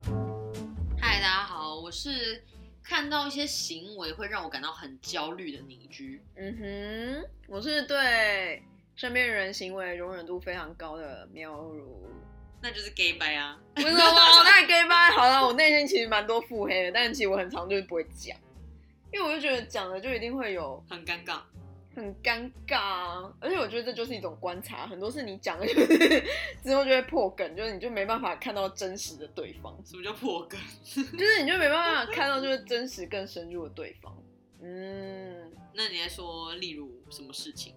嗨，大家好，我是看到一些行为会让我感到很焦虑的邻居。嗯哼，我是对身边人行为容忍度非常高的喵如。那就是 gay 拜啊。不是我太 gay 掰，好了，我内心其实蛮多腹黑的，但其实我很常就是不会讲，因为我就觉得讲了就一定会有很尴尬，很尴尬啊，而且我觉得这就是一种观察，很多事你讲了就是 之后就会破梗，就是你就没办法看到真实的对方，什么叫破梗？ 就是你就没办法看到就是真实更深入的对方。嗯，那你在说，例如什么事情？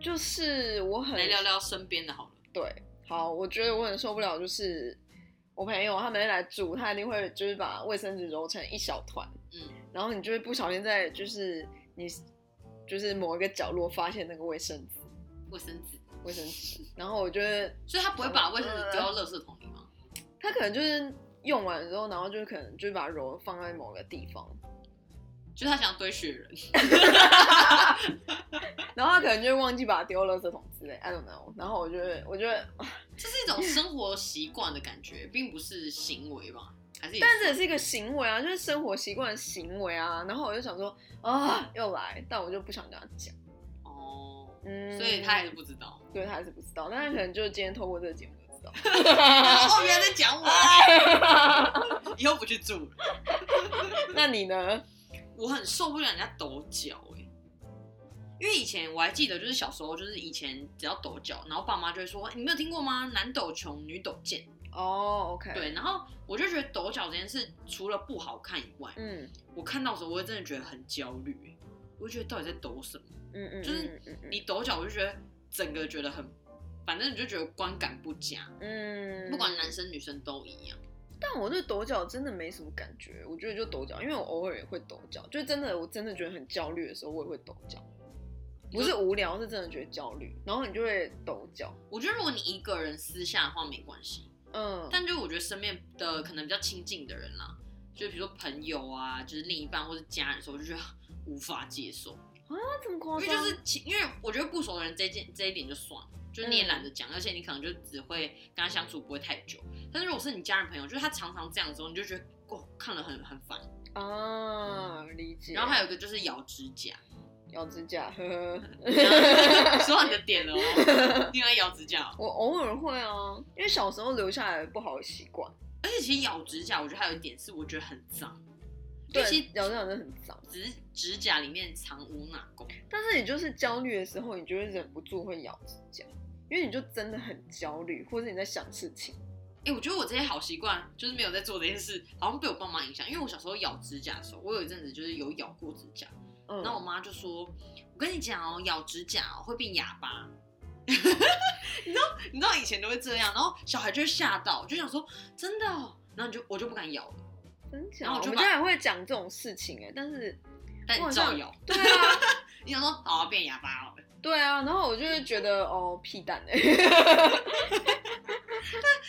就是我很来聊聊身边的好了。对，好，我觉得我很受不了，就是我朋友他每天来住，他一定会就是把卫生纸揉成一小团，嗯，然后你就会不小心在就是你就是某一个角落发现那个卫生纸，卫生纸，卫生纸，然后我觉得所以他不会把卫生纸丢到垃圾桶里吗？他可能就是用完之后，然后就可能就是把它揉放在某个地方，就是他想堆雪人，然后他可能就会忘记把它丢垃圾桶之类，I don't know。然后我觉得，我觉得，这是一种生活习惯的感觉，并不是行为吧？还是也是？但这也是一个行为啊，就是生活习惯的行为啊。然后我就想说啊，又来，但我就不想跟他讲。哦，嗯，所以他还是不知道。对他还是不知道，但他可能就是今天透过这个节目就知道。 哦，原来在讲我， 以后不去住了。那你呢？我很受不了人家抖脚哎、因为以前我还记得，就是小时候，就是以前只要抖脚，然后爸妈就会说：“哎你没有听过吗？男抖穷，女抖贱。哦、o k ”对，，然后我就觉得抖脚这件事，除了不好看以外，嗯我看到的时候，我会真的觉得很焦虑、欸，我就觉得到底在抖什么？嗯嗯，就是嗯嗯你抖脚，我就觉得整个觉得很，反正你就觉得观感不佳，嗯，不管男生女生都一样。但我对抖脚真的没什么感觉，我觉得就抖脚，因为我偶尔也会抖脚，就真的我真的觉得很焦虑的时候，我也会抖脚，不是无聊，是真的觉得焦虑，然后你就会抖脚，我觉得如果你一个人私下的话没关系，嗯，但就我觉得身边的可能比较亲近的人啦，就比如说朋友啊，就是另一半或是家人的时候，我就觉得无法接受，那啊这么因夸为张，就是其因为我觉得不熟的人这一件这一点就算了，就是你嗯也懒得讲，而且你可能就只会跟他相处不会太久。但是如果是你家人朋友，就是他常常这样的时候，你就觉得哦看了很很烦。啊，理解。然后还有一个就是咬指 甲，咬指甲，呵呵，说到你的点了哦，你爱咬指甲哦、我偶尔会啊，因为小时候留下来的不好的习惯，而且其实咬指甲，我觉得还有一点是我觉得很脏，因对为其实，咬指甲真的很脏。指指甲里面藏无哪公。但是你就是焦虑的时候，你就会忍不住会咬指甲，因为你就真的很焦虑，或者你在想事情。哎、我觉得我这些好习惯就是没有在做这件事，好像被我爸妈影响。因为我小时候咬指甲的时候，我有一阵子就是有咬过指甲，嗯，然后我妈就说：“我跟你讲哦，咬指甲哦会变哑巴。” 你知道，你知道以前都会这样，然后小孩就会吓到，就想说真的、哦，然后你就我就不敢咬了，真然假？后我我就们把家也会讲这种事情哎、但是但我你照好像咬，对啊，你想说好、啊、变哑巴哦，对啊，然后我就会觉得哦屁蛋哎、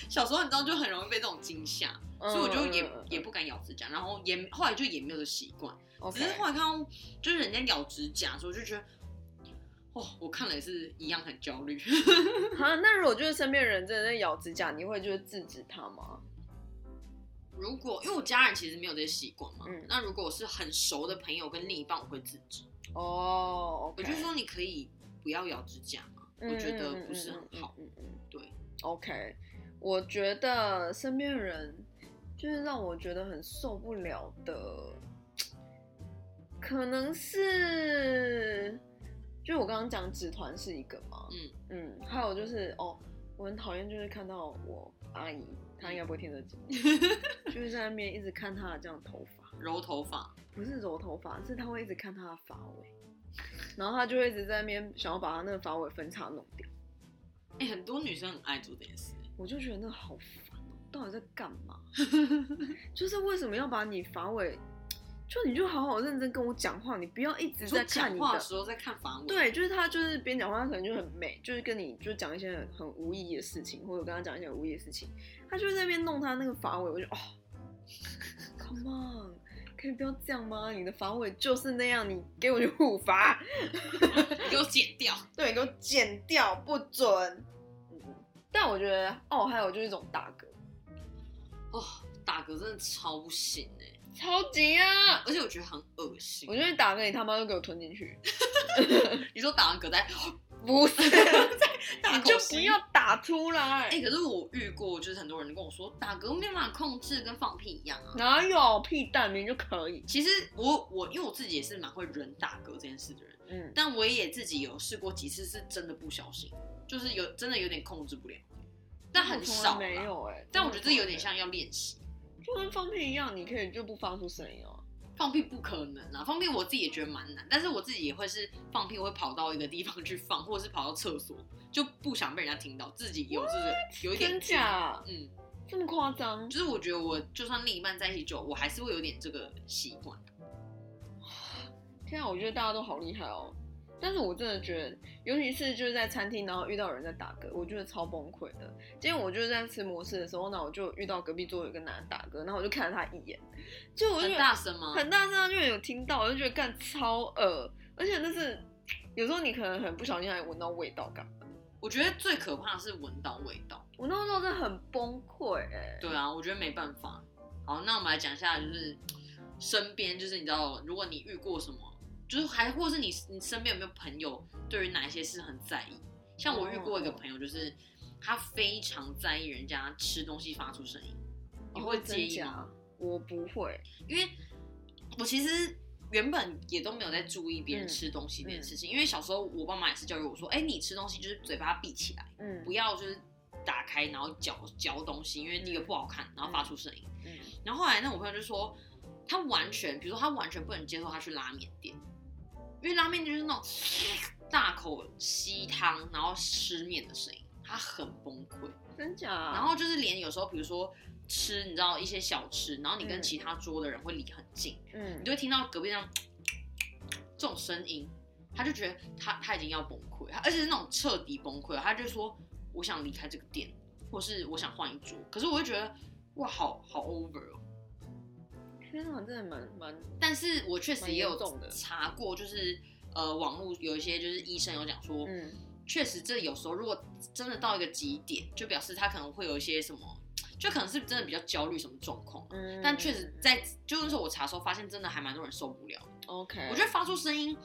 小时候你知道就很容易被这种惊吓， 所以我就嗯也、也不敢咬指甲，然后也后来就也没有的习惯。只是 OK，后来看到就是人家咬指甲的时候，就觉得，哦，我看了也是一样很焦虑。 好，那如果就是身边人真的在咬指甲，你会就是制止他吗？如果因为我家人其实没有这些习惯嘛，嗯那如果我是很熟的朋友跟另一半，我会制止。哦、o 我 k 就说你可以不要咬指甲嘛，我觉得不是很好。嗯嗯嗯嗯嗯嗯对，OK，我觉得身边人就是让我觉得很受不了的，可能是就我刚刚讲纸团是一个嘛，嗯嗯，还有就是哦，我很讨厌就是看到我阿姨，她应该不会听得见，就是在那边一直看她的这样头发。揉头发，不是揉头发，是他会一直看他的发尾，然后他就会一直在那边想要把他那个发尾分叉弄掉。哎、很多女生很爱做这件事。欸我就觉得那好烦哦，到底在干 嘛？就是为什么要把你发尾？就你就好好认真跟我讲话，你不要一直你说在看讲你话的的。时候在看法文，，对，就是他，就是边讲话，他可能就很美，就是跟你就讲一些很很无意义的事情，或者我跟他讲一些很无意义的事情，他就在那边弄他那个发尾，我就哦，Come on，可以不要这样吗？你的发尾就是那样，你给我去护发。你给我剪掉。对，给我剪掉，不准。嗯，但我觉得哦，还有就是一种打嗝，哦，打嗝嗝真的超不行哎、超级啊！而且我觉得很恶心我。觉得你打嗝，你他妈就给我吞 进去，你说打完嗝再不是， 大你就口吸不要打出来哎、。可是我嗯遇过，就是很多人跟我说打嗝没有办法控制，跟放屁一样啊。哪有屁蛋明明就可以？其实我我因为我自己也是蛮会忍打嗝这件事的人，嗯，但我也自己有试过几次，是真的不小心，就是有真的有点控制不了，但很从来少啦嗯没。有哎、但我觉得这有点，像要练习，就跟放屁一样，你可以就不发出声音哦。放屁不可能啊！放屁我自己也觉得蛮难，但是我自己也会是放屁，我会跑到一个地方去放，或者是跑到厕所，就不想被人家听到，自己有这个有一点真距离假？嗯，这么夸张就？是我觉得我就算另一半在一起久，我还是会有点这个习惯。天啊，我觉得大家都好厉害哦。但是我真的觉得，尤其是就是在餐厅，然后遇到有人在打嗝，我觉得超崩溃的。今天我就是在吃摩斯的时候，那我就遇到隔壁桌有一个男的打嗝，然后我就看了他一眼，就我就很觉得大声吗？很大声啊，就有听到，我就觉得干超恶，而且那是有时候你可能很不小心还闻到味道干嘛，我觉得最可怕的是闻到味道。我那时候真的很崩溃哎、对啊，我觉得没办法。好，那我们来讲一下，就是身边，就是你知道，如果你遇过什么，就是还或者是你你身边有没有朋友对于哪一些事很在意？像我遇过一哦个朋友，就是他非常在意人家吃东西发出声音，你会介意吗？哦吗？我不会，因为我其实原本也都没有在注意别人嗯吃东西这件嗯事情，因为小时候我爸妈也是教育我说，哎、你吃东西就是嘴巴闭起来，嗯不要就是打开然后嚼嚼东西，因为第一个嗯不好看，然后发出声音。嗯然后后来那我朋友就说，他完全，比如说他完全不能接受他去拉面店，因为拉面店就是那种大口吸汤然后吃面的声音，他很崩溃。真假？啊然后就是连有时候，比如说吃，你知道一些小吃，然后你跟嗯其他桌的人会离很近，嗯你就会听到隔壁那种这种声音，他就觉得他他已经要崩溃，他而且是那种彻底崩溃，他就说我想离开这个店，或是我想换一桌。可是我会觉得哇，好好 over 哦。天啊，真的蛮蛮但是我确实也有蛮严重的查过，就是呃，网络有一些就是医生有讲说，嗯确实，这有时候如果真的到一个极点，就表示他可能会有一些什么，就可能是真的比较焦虑什么状况。嗯，但确实在，就是说我查的时候发现，真的还蛮多人受不了。 OK，我觉得发出声音，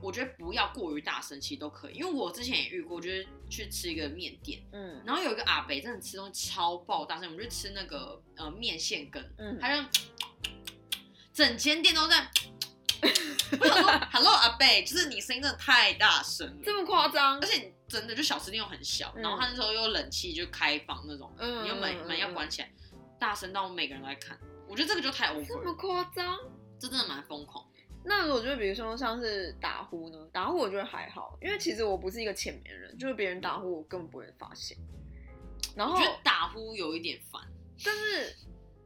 我觉得不要过于大声，其实都可以。因为我之前也遇过，就是去吃一个面店，嗯然后有一个阿北真的吃东西超爆大声，我们就吃那个呃面线羹，嗯，他就整间店都在。我想说，Hello 阿贝，就是你声音真的太大声了，这么夸张而？且真的就小吃店又很小，嗯然后他那时候又冷气就开放那种，嗯你又门嗯门要关起来，大声到每个人都在看，我觉得这个就太 over，这 么了夸张？这真的蛮疯狂的。那我觉得，比如说像是打呼呢，打呼我觉得还好，因为其实我不是一个浅眠人，就是别人打呼我根本不会发现。然我后觉，得打呼有一点烦，但是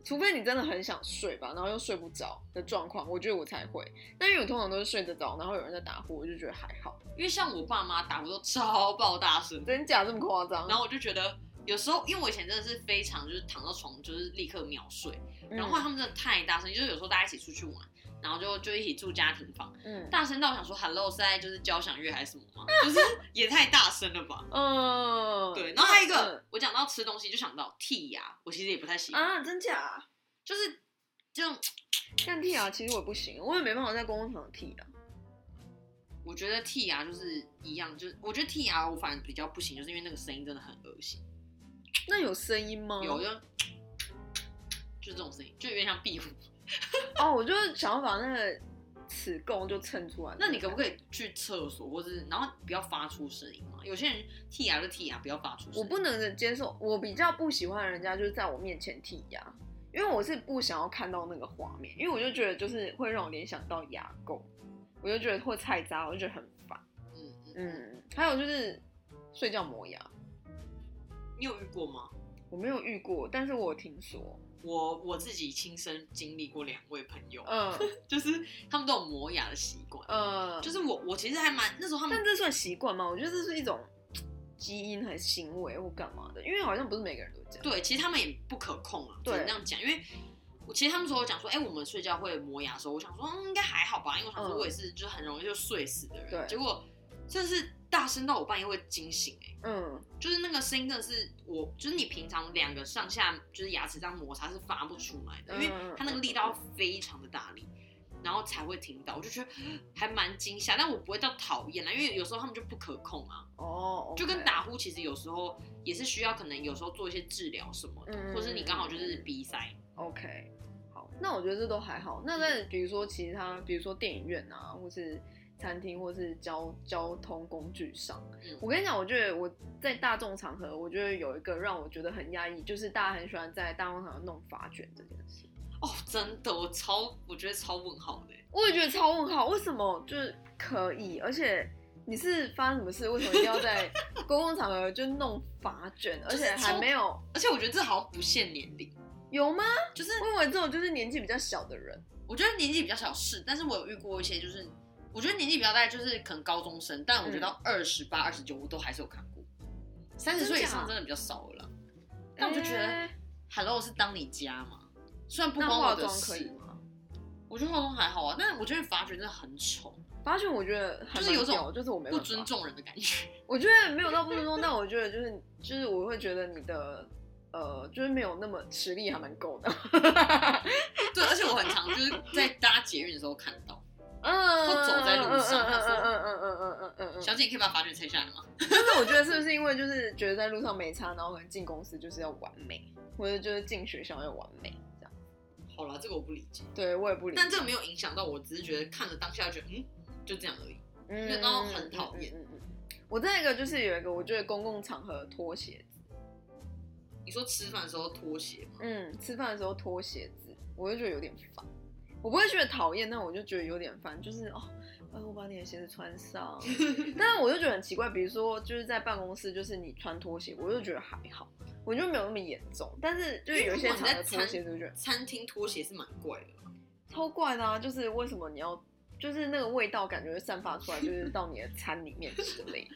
除非你真的很想睡吧，然后又睡不着的状况，我觉得我才会。但因为我通常都是睡得着，然后有人在打呼，我就觉得还好。因为像我爸妈打呼都超爆大声，真假这么夸张？然后我就觉得有时候，因为我以前真的是非常就是躺到床就是立刻秒睡，嗯，然后后来他们真的太大声，就是有时候大家一起出去玩，然后就就一起住家庭房，嗯大声到我想说 Hello 是在就是交响乐还是什么吗？就是也太大声了吧。 嗯，对，然后还有一个，我讲到吃东西就想到剔牙，我其实也不太喜嗯欢，啊，真假？就是这种，但剔牙其实我也不行，我也没办法在公共场合剔牙。我觉得剔牙就是一样，就是我觉得剔牙我反而比较不行，就是因为那个声音真的很恶心，那有声音吗？有就就这种声音，就有点像壁虎。哦，我就是想要把那个齿垢就蹭出来。那你可不以？可以去厕所，或是然后不要发出声音嘛？有些人剔牙就剔牙，不要发出声音。我不能接受，我比较不喜欢人家就是在我面前剔牙，因为我是不想要看到那个画面，因为我就觉得就是会让我联想到牙垢，我就觉得或菜渣，我就觉得很烦。嗯，嗯嗯，嗯，还有就是睡觉磨牙，你有遇过吗？我没有遇过，但是我有听说，我我自己亲身经历过两位朋友，嗯就是他们都有磨牙的习惯。呃，就是我，我其实还蛮那时候他们但这算习惯吗？我觉得这是一种基因还是行为或干嘛的，因为好像不是每个人都这样。对，其实他们也不可控啊，只能对这样讲，因为。我其实他们说我讲说，哎、我们睡觉会磨牙的时候，我想说、嗯、应该还好吧，因为我想说嗯我也是就是很容易就睡死的人，对结果真的是大声到我半夜会惊醒哎、嗯，就是那个声音真的是我，就是你平常两个上下就是牙齿这样摩擦是发不出来的，因为嗯它那个力道非常的大力，然后才会听到，我就觉得还蛮惊吓，但我不会到讨厌啦，因为有时候他们就不可控啊，哦，就跟 OK 打呼其实有时候也是需要可能有时候做一些治疗什么的，嗯或是你刚好就是鼻塞， OK，好，那我觉得这都还好。嗯那在比如说其他，比如说电影院啊，或是餐厅，或是交交通工具上，嗯我跟你讲，我觉得我在大众场合，我觉得有一个让我觉得很压抑，就是大家很喜欢在大众场合弄发卷这件事。哦，真的我超我觉得超问号的欸、我也觉得超问号，为什么就是可以？而且你是发生什么事？为什么一定 要在公共场合就弄发卷？而且还没有而且我觉得这好像不限年龄，有吗？就是我以为这种就是年纪比较小的人。我觉得年纪比较小是，但是我有遇过一些，就是我觉得年纪比较大，就是可能高中生，但我嗯觉得到二十八、二十九，我都还是有看过。三十岁以上真的比较少了啦。但我就觉得、哎 Hello 是当你家嘛，虽然不那关化我的妆事，可以吗？我觉得化妆还好啊，但是我觉得发觉真的很丑，发卷我觉得还蛮就是有种屌就是我没办不法尊，重人的感觉。 我觉得没有到不尊重，但我觉得就是就是我会觉得你的呃就是没有那么实力还蛮够的，对，而且我很常就是在搭捷运的时候看到，嗯，或走在路上嗯嗯嗯嗯嗯嗯嗯嗯嗯嗯，小姐，你可以把发卷拆下来吗？就是我觉得是不是因为就是觉得在路上没差，然后可能进公司就是要完美，或者就是进学校要完美这样，好了，这个我不理解，对我也不理解，但这个没有影响到我，只是觉得看了当下觉得嗯，就这样而已。嗯觉得都很讨厌嗯嗯嗯嗯我再一个就是有一个，我觉得公共场合拖鞋子，你说吃饭的时候脱鞋吗？嗯，吃饭的时候脱鞋子，我就觉得有点烦。我不会觉得讨厌，但我就觉得有点烦，就是哦，哎，我把你的鞋子 穿上。但是我就觉得很奇怪，比如说就是在办公室，就是你穿拖鞋，我就觉得还好，我就没有那么严重。但是就是有一些场合拖鞋子，我就觉得餐厅拖鞋是蛮怪的吧，超怪的啊！就是为什么你要，就是那个味道感觉会散发出来，就是到你的餐里面之类的，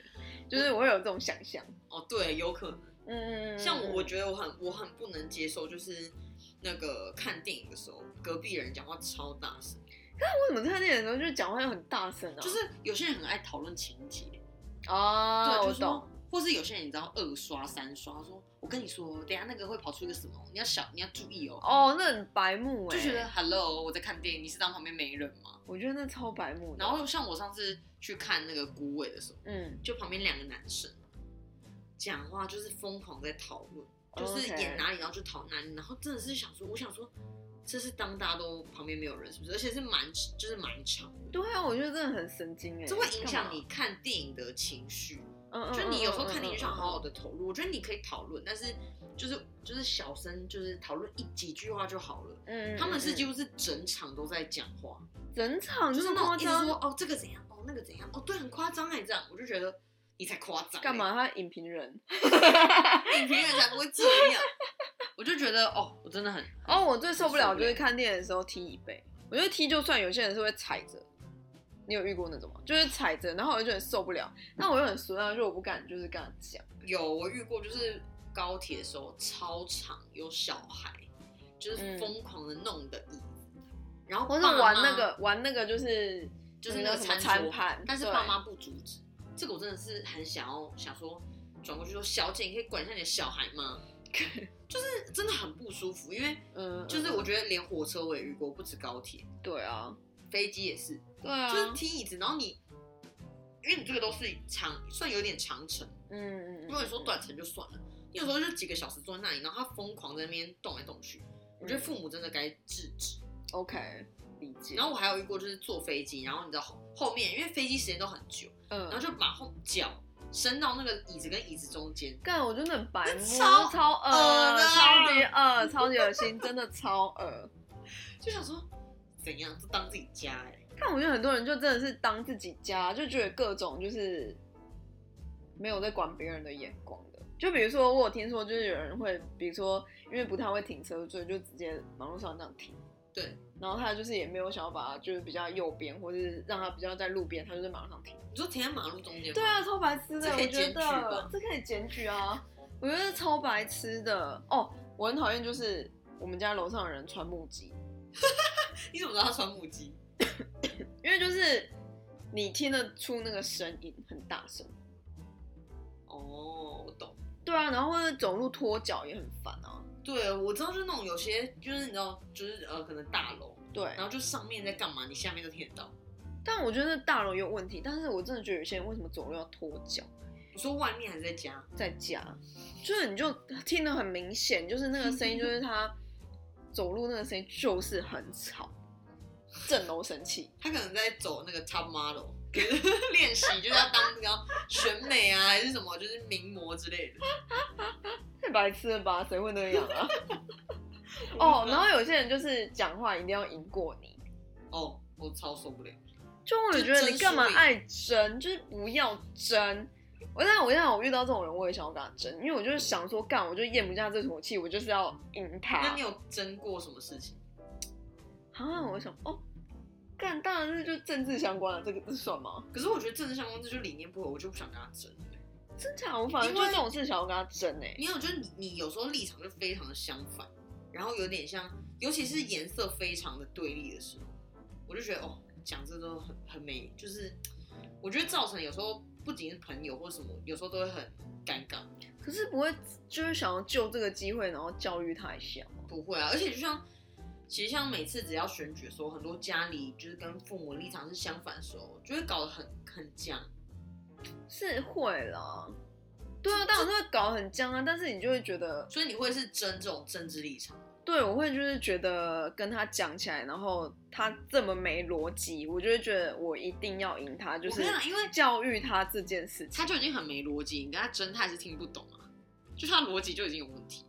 就是我会有这种想象。哦，对，有可能。嗯嗯嗯，像我，我嗯觉得我很我很不能接受，就是那个看电影的时候，隔壁人讲话超大声，为什么看电影的时候就是讲话要很大声啊？就是有些人很爱讨论情节，啊，对，我就是说懂。或是有些人你知道二刷三刷，他说我跟你说，等一下那个会跑出一个什么，你要小你要注意哦。哦，那很白目哎、就觉得 Hello，我在看电影，你是当旁边没人吗？我觉得那超白目的。然后像我上次去看那个古伟的时候，嗯，就旁边两个男生讲话就是疯狂在讨论，就是演 OK 哪里然后就讨哪里，然后真的是想说，我想说这是当大家都旁边没有人是不是？而且是蛮就是蛮长的，对啊，我觉得真的很神经哎、这会影干嘛响你，看电影的情绪。嗯嗯，就你有时候看电影就想好好的，的投入，我觉得你可以讨论，但是就是就是小声，就是讨论一几句话就好了。嗯，嗯他们是几嗯乎是整场都在讲话，嗯整场就是这么那种夸一直说张，哦这个怎样，哦那个怎样，哦对，很夸张哎、这样，我就觉得你才夸张、干？嘛？他影评人影评人才不会这样。我就觉得哦，我真的很哦，我最受不了受不就了是看电影的时候踢椅背，我觉得踢就算，有些人是会踩着。你有遇过那种吗？就是踩着，然后我就觉得受不了，那我又很俗啊，就我不敢，就是跟他讲。有我遇过，就是高铁的时候超长有小孩，就是嗯疯狂的弄的椅子，然后或是爸妈玩那个玩那个就是就是那个什么餐餐桌盘，但是对爸妈不阻止。这个我真的是很想要想说转过去说，小姐，你可以管一下你的小孩吗？就是真的很不舒服，因为 嗯，就是我得觉得连火车我也遇过，不止高铁，对啊，飞机也是，对啊，就是踢椅子，然后你。因为你这个都是长，算有点长程，嗯嗯，如果你说短程就算了，你有时候就几个小时坐在那里，然后他疯狂在那边动来动去，我觉得父母真的该制止。嗯 OK 理解，然后我还有遇过就是坐飞机，然后你知道后后面因为飞机时间都很久，嗯然后就把后脚伸到那个椅子跟椅子中间，干，我真的很白目，超超恶恶的超级恶，超级恶心，真的超恶。就想说怎样，这当自己家哎、欸，但我觉得很多人就真的是当自己家，就觉得各种就是没有在管别人的眼光的。就比如说，我有听说，就是有人会，比如说，因为不太会停车，所以就直接马路上这样停。对。然后他就是也没有想要把它就是比较右边，或是让它比较在路边，他就在马路上停。你说停在马路中间吗，对 啊，超白痴的，这可以我觉检举吧得这可以检举啊，我觉得超白痴的哦。我很讨厌就是我们家楼上的人穿木屐，你怎么知道他穿木屐？因为就是你听得出那个声音很大声。哦，我懂。对啊，然后或者走路拖脚也很烦啊。对，我知道，就是那种有些，就是你知道，就是呃，可能大楼，对然，后就上面在干嘛，你下面都听得到。但我觉得大楼也有问题，但是我真的觉得有些人为什么走路要拖脚？你说外面还是在家？在家，就是你就听得很明显，就是那个声音，就是他 走路那个声音就是很吵，震楼神器。他可能在走那个 top model 练习，就是要当那个选美 啊，还是什么，就是名模之类的。太白痴了吧？谁会那样 啊？哦，然后有些人就是讲话一定要赢过你，哦，我超受不了。就我也觉得你干嘛爱争，就是不要争。我但我让我遇到这种人，我也想要跟他争，因为我就是想说，干我就咽不下这口气，我就是要赢他。那你有争过什么事情？啊，我想哦，干当然是就政治相关的，这个这算吗？可是我觉得政治相关这就理念不合，我就不想跟他争。欸真假？我反正因就为这种事想要跟他争哎、没有，就是你你有时候立场就非常的相反，然后有点像，尤其是颜色非常的对立的时候，我就觉得哦，讲这都很很没，就是我觉得造成有时候不仅是朋友或什么，有时候都会很尴尬。可是不会就是想要就这个机会，然后教育他一下吗。不会啊，而且就像，其实像每次只要选举的时候，很多家里就是跟父母立场是相反的时候，就会搞得很很僵。是会啦，对啊，当然是会搞很僵啊，但是你就会觉得，所以你会是争这种政治立场，对我会就是觉得跟他讲起来，然后他这么没逻辑，我就会觉得我一定要赢他，就我是跟你讲因为教育他这件事情。他就已经很没逻辑，你跟他争他还是听不懂啊，就是他逻辑就已经有问题。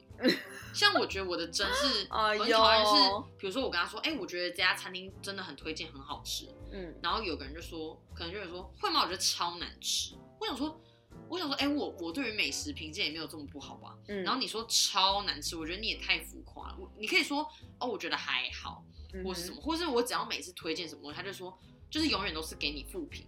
像我觉得我的争是， 哎呦我很讨厌是，比如说我跟他说，哎、我觉得这家餐厅真的很推荐，很好吃，嗯，然后有个人就说，可能就有人说，会吗？我觉得超难吃。我想说，我想说，哎、我我对于美食评价也没有这么不好吧？嗯然后你说超难吃，我觉得你也太浮夸了。我你可以说哦，我觉得还好，嗯或是什么，或是我只要每次推荐什么东西，他就说就是永远都是给你负评，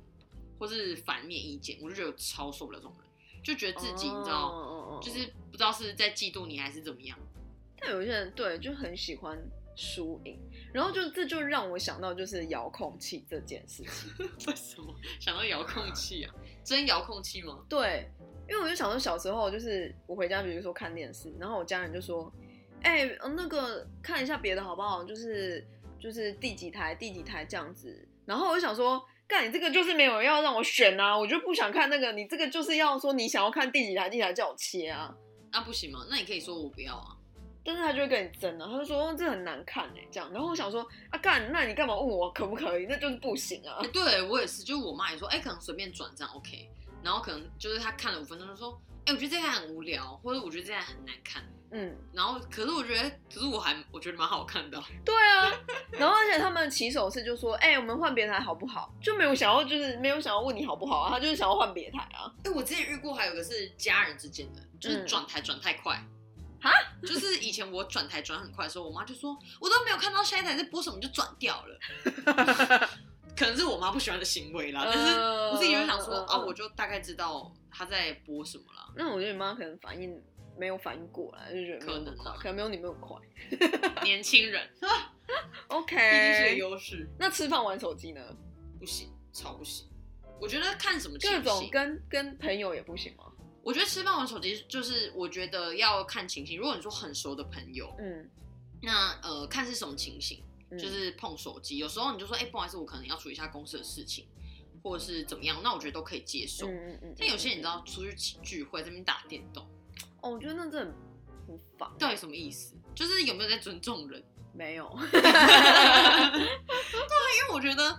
或是反面意见，我就觉得超受不了这种人，就觉得自己你知道，哦就是不知道是在嫉妒你还是怎么样。 但有些人对就很喜欢输赢，然后就这就让我想到就是遥控器这件事情。为什么想到遥控器啊？真遥控器吗？对，因为我就想说小时候就是我回家，比如说看电视，然后我家人就说：“哎、呃那个看一下别的好不好？就是就是第几台第几台这样子。”然后我就想说。干，你这个就是没有要让我选啊，我就不想看那个。你这个就是要说你想要看第几台，第几台叫我切啊。那不行吗？那你可以说我不要啊。但是他就会跟你争啊，他就说、哦这很难看哎、这样。然后我想说啊，干，那你干嘛问我可不可以？那就是不行啊哎、。对我也是，就是我妈也说，哎、可能随便转这样 OK，然后可能就是她看了五分钟就说，哎、我觉得这台很无聊，或者我觉得这台很难看。嗯，然后，可是我觉得，可是我还我觉得蛮好看的。对啊。 然后而且他们起手式就说，哎、我们换别台好不好？就没有想要，就是没有想要问你好不好啊，他就是想要换别台啊。哎，我之前遇过，还有一个是家人之间的，就是转台转太快。哈就是以前我转台转很快的时候，我妈就说，我都没有看到下一台在播什么就转掉了。 可能是我妈不喜欢的行为啦，但啊是我自己就想说嗯嗯嗯啊，我就大概知道她在播什么了。那我觉得你妈可能反应没有反应过来，就觉得没有那么可能快啊，可能没有你那么快。年轻人毕竟是个 OK。优势，那吃饭玩手机呢？不行，超不行。我觉得看什么各情种形，跟跟朋友也不行吗？我觉得吃饭玩手机就是，我觉得要看情形。如果你说很熟的朋友，嗯，那呃看是什么情形，嗯就是碰手机，有时候你就说，哎、不好意思，我可能要处理一下公司的事情，或者是怎么样，那我觉得都可以接受。嗯嗯嗯。但有些人你知道，道出去聚会这边打电动，哦，我觉得那真的很很烦。到底什么意思？就是有没有在尊重人？没有。因为我觉得，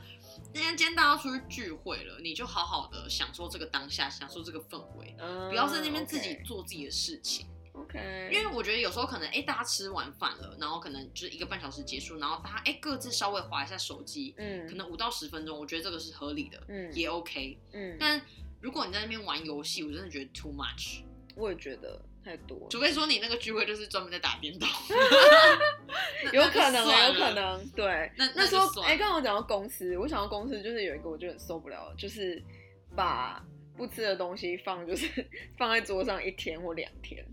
今天今天大家出去聚会了，你就好好的享受这个当下，享受这个氛围，不不要在那边自嗯己做自己的事情。 OK，, 因为我觉得有时候可能，哎、大家吃完饭了，然后可能就是一个半小时结束，然后大家哎、各自稍微划一下手机，嗯可能五到十分钟，我觉得这个是合理的，嗯也 OK。嗯，但如果你在那边玩游戏，我真的觉得 too much。我也觉得太多除了，非说你那个聚会就是专门在打 电动，那有可那能就啊，算有了可能对。那那那时候就算哎，了刚刚我讲到公司，我想到公司就是有一个我就很受不了，就是把不吃的东西放就是 放在桌上一天或两天，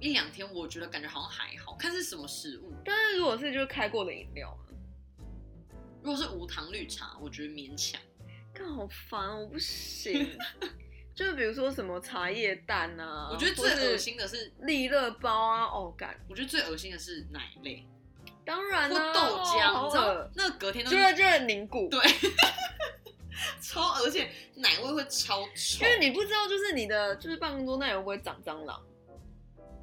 一两天，我觉得感觉好像还好，看是什么食物。但是如果是就是开过的饮料呢，如果是无糖绿茶，我觉得勉强。看好烦，我不 行。就是比如说什么茶叶蛋啊，我觉得或最是恶心的是，利乐包啊，哦干，我觉得最恶心的是奶类当然哦或啦、豆浆，好你知道恶，那个隔天都啊就是是就是凝固，对超恶，而且奶味会超臭因。为你不知道就是你的就是办公桌那里会不会长蟑螂，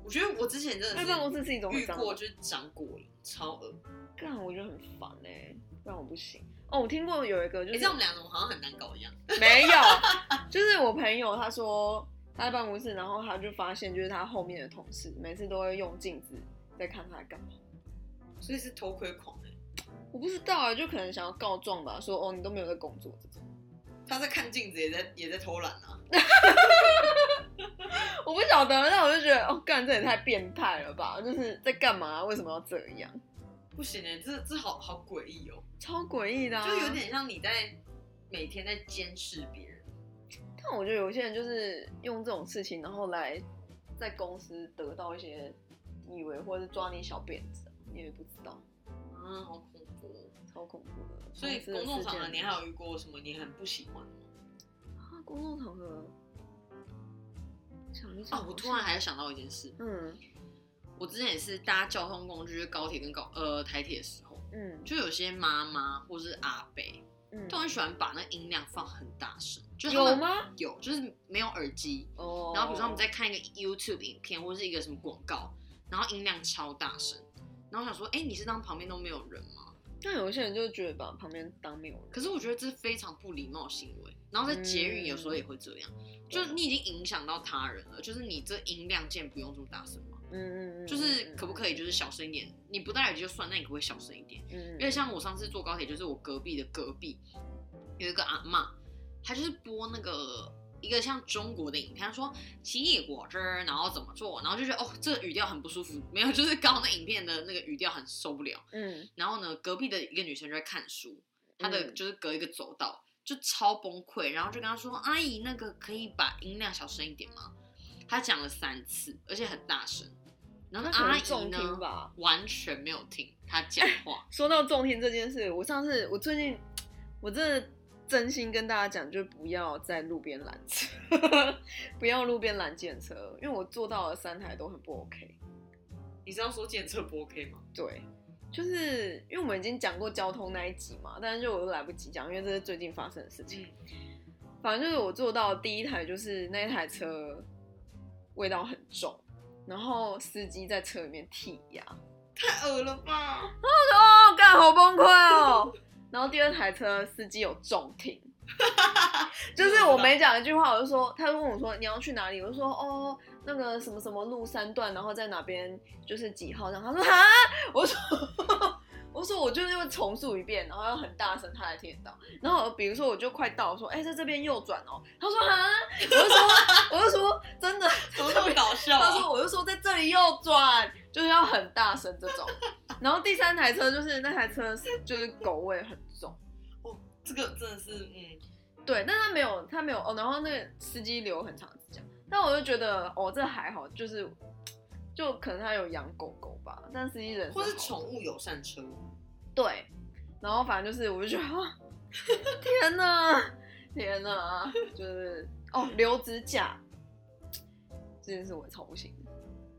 我觉得我之前真的因为是办公室是一种嗯很遇脏过，的，就是长果蝇，超恶。干我觉得很烦哎、让我不行。哦，我听过有一个就你是知道我们哎两种好像很难搞一样。没有，就是我朋友他说他在办公室，然后他就发现就是他后面的同事每次都会用镜子在看他在干嘛。所以是偷窥狂欸我不知道啊，就可能想要告状吧，说哦你都没有在工作这种。他在看镜子，也在也在偷懒啊。我不晓得，但我就觉得哦干这也太变态了吧，就是在干嘛？为什么要这样？不行哎、这这好好诡异哦，超诡异的、啊，就有。点像你在每天在监视别人。但我觉得有些人就是用这种事情，然后来在公司得到一些地位，或者是抓你小辫子，啊你也不知道，嗯，好恐怖哦。超恐怖的。所以公司的公众场合事件你还有遇过什么你很不喜欢的吗？啊，公众场合，想一想啊，我突然还想到一件事，嗯我之前也是搭交通工具，就是高铁跟高呃台铁的时候，嗯就有些妈妈或是阿伯，嗯，都很喜欢把那音量放很大声，就是他有们吗？有，就是没有耳机，哦，然后比如说我们在看一个 YouTube 影片或是一个什么广告，然后音量超大声，然后我想说，哎、你是当旁边都没有人吗？那有些人就觉得把旁边当没有人，可是我觉得这非常不礼貌的行为。然后在捷运有时候也嗯会这样，就是你已经影响到他人了，就是你这音量键不用这么大声嘛，嗯嗯嗯，就是可不可以？以就是小声一点？你不戴耳机就算，那你可不可以小声一点？嗯，因为像我上次坐高铁，就是我隔壁的隔壁有一个阿嬷，她就是播那个一个像中国的影片，她说奇异果汁儿，然后怎么做，然后就觉得哦，这个语调很不舒服，没有，就是刚刚那影片的那个语调很受不了。嗯然后呢，隔壁的一个女生就在看书，她的嗯就是隔一个走道，就超崩溃，然后就跟她说：“阿姨，那个可以把音量小声一点吗？”她讲了三次，而且很大声。然后她可能阿姨重呢听吧，完全没有听她 讲话。说到重听这件事，我上次我最近我真的真心跟大家讲，就不要在路边拦车， 不要路边拦检车，因为我坐到了三台都很不 OK。你是要说检测不 OK 吗？对，就是因为我们已经讲过交通那一集嘛，但是就我都来不及讲，因为这是最近发生的事情。反正就是我坐到的第一台，就是那一台车味道很重，然后司机在车里面剔牙，太恶了 吧！哦，干好崩溃哦。 然后第二台车司机有重 听，就是我每讲一句话，我就说，哦他就问我说你要去哪里，我就说哦那个什么什么路三段，然后在哪边就是几号，然后 他说啊，我说我说我就是会重述一遍，然后要很大声他才听得到。然后比如说我就快到，我说哎、在这边右转哦，他说啊，我就说我就说真的，怎么那么搞笑、他啊？说，我就说在这里右转，就是要很大声这种。 然后第三台车就是那台车是就是狗味很重，哦这个真的是，嗯，对，但他没有他没有哦，然后那个司机留很长指甲，但我就觉得哦这还好，就是就可能他有养狗狗吧，但司机人或是好宠物友善车，对，然后反正就是我就觉得啊天哪天哪，就是哦留指甲这件事我超不行的，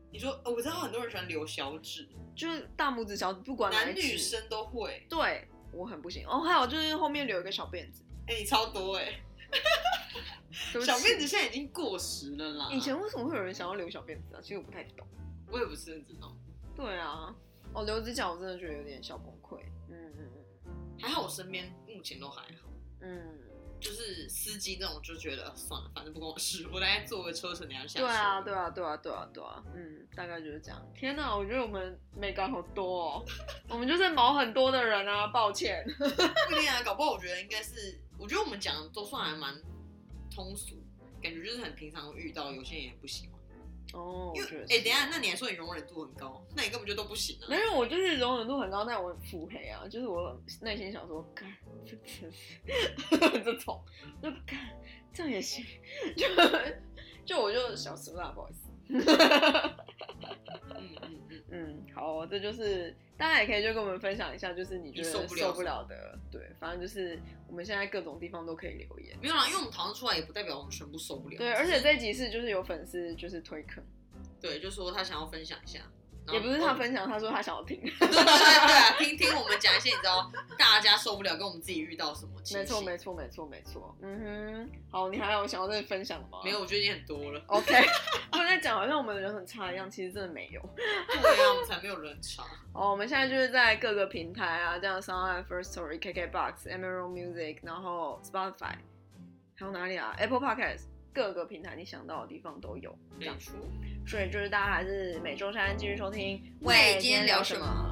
你说，呃我知道很多人喜欢留小指，就是大拇指小指不管哪男一女指生都会。对我很不行。哦，还有就是后面留一个小辫子，哎、你超多哎、对不起小辫子现在已经过时了啦。 以前为什么会有人想要留小辫子啊？其实我不太懂。我也不是很知道，对啊，哦，留指甲我真的觉得有点小崩溃。嗯嗯还好我身边目前都还好。嗯，就是司机那种就觉得呃算了，反正不关我事，我来坐个车程等一下下。对啊，，对啊，对啊，对啊，对啊，嗯，大概就是这样。天哪，我觉得我们美感好多 哦，我们就是毛很多的人啊，抱歉。不一定啊，搞不好我觉得应该是，我觉得我们讲的都算还蛮通俗，感觉就是很平常会遇到，有些人也不喜欢。哦，我因觉为得哎、是等一下，那你还说你容忍度很高，那你根本就都不行没啊！有，我就是容忍度很高，但我很腹黑啊，就是我内心想说，干，这真是 这种，就干这样也行，就就我就小时辣，不好意思。嗯嗯嗯，嗯，好哦、这就是大家也可以就跟我们分享一下，就是你觉得你受不了受不了的，对，反正就是我们现在各种地方都可以留言。没有啦，因为我们讨论出来也不代表我们全部受不了。对，而且这一集是就是有粉丝就是推坑，对，就说他想要分享一下，然后哦也不是他分享，他说他想要听。对对对对啊，听听我们讲一些你知道大家受不了，跟我们自己遇到什么情形。 没错，没错，没错，没错。嗯哼，好，你还有想要再分享吗？没有，我觉得已经很多了。 OK，不 能再讲好像我们的人很差一样，其实真的没有。对啊，我们才没有人查。哦，我们现在就是在各个平台啊，这样 Sound、First Story、KKBox、Emerald Music，然后 Spotify，还有哪里啊？Apple Podcast，各个平台你想到的地方都有。这没样，错。所以就是大家还是每周三继续收听。喂今天聊什么？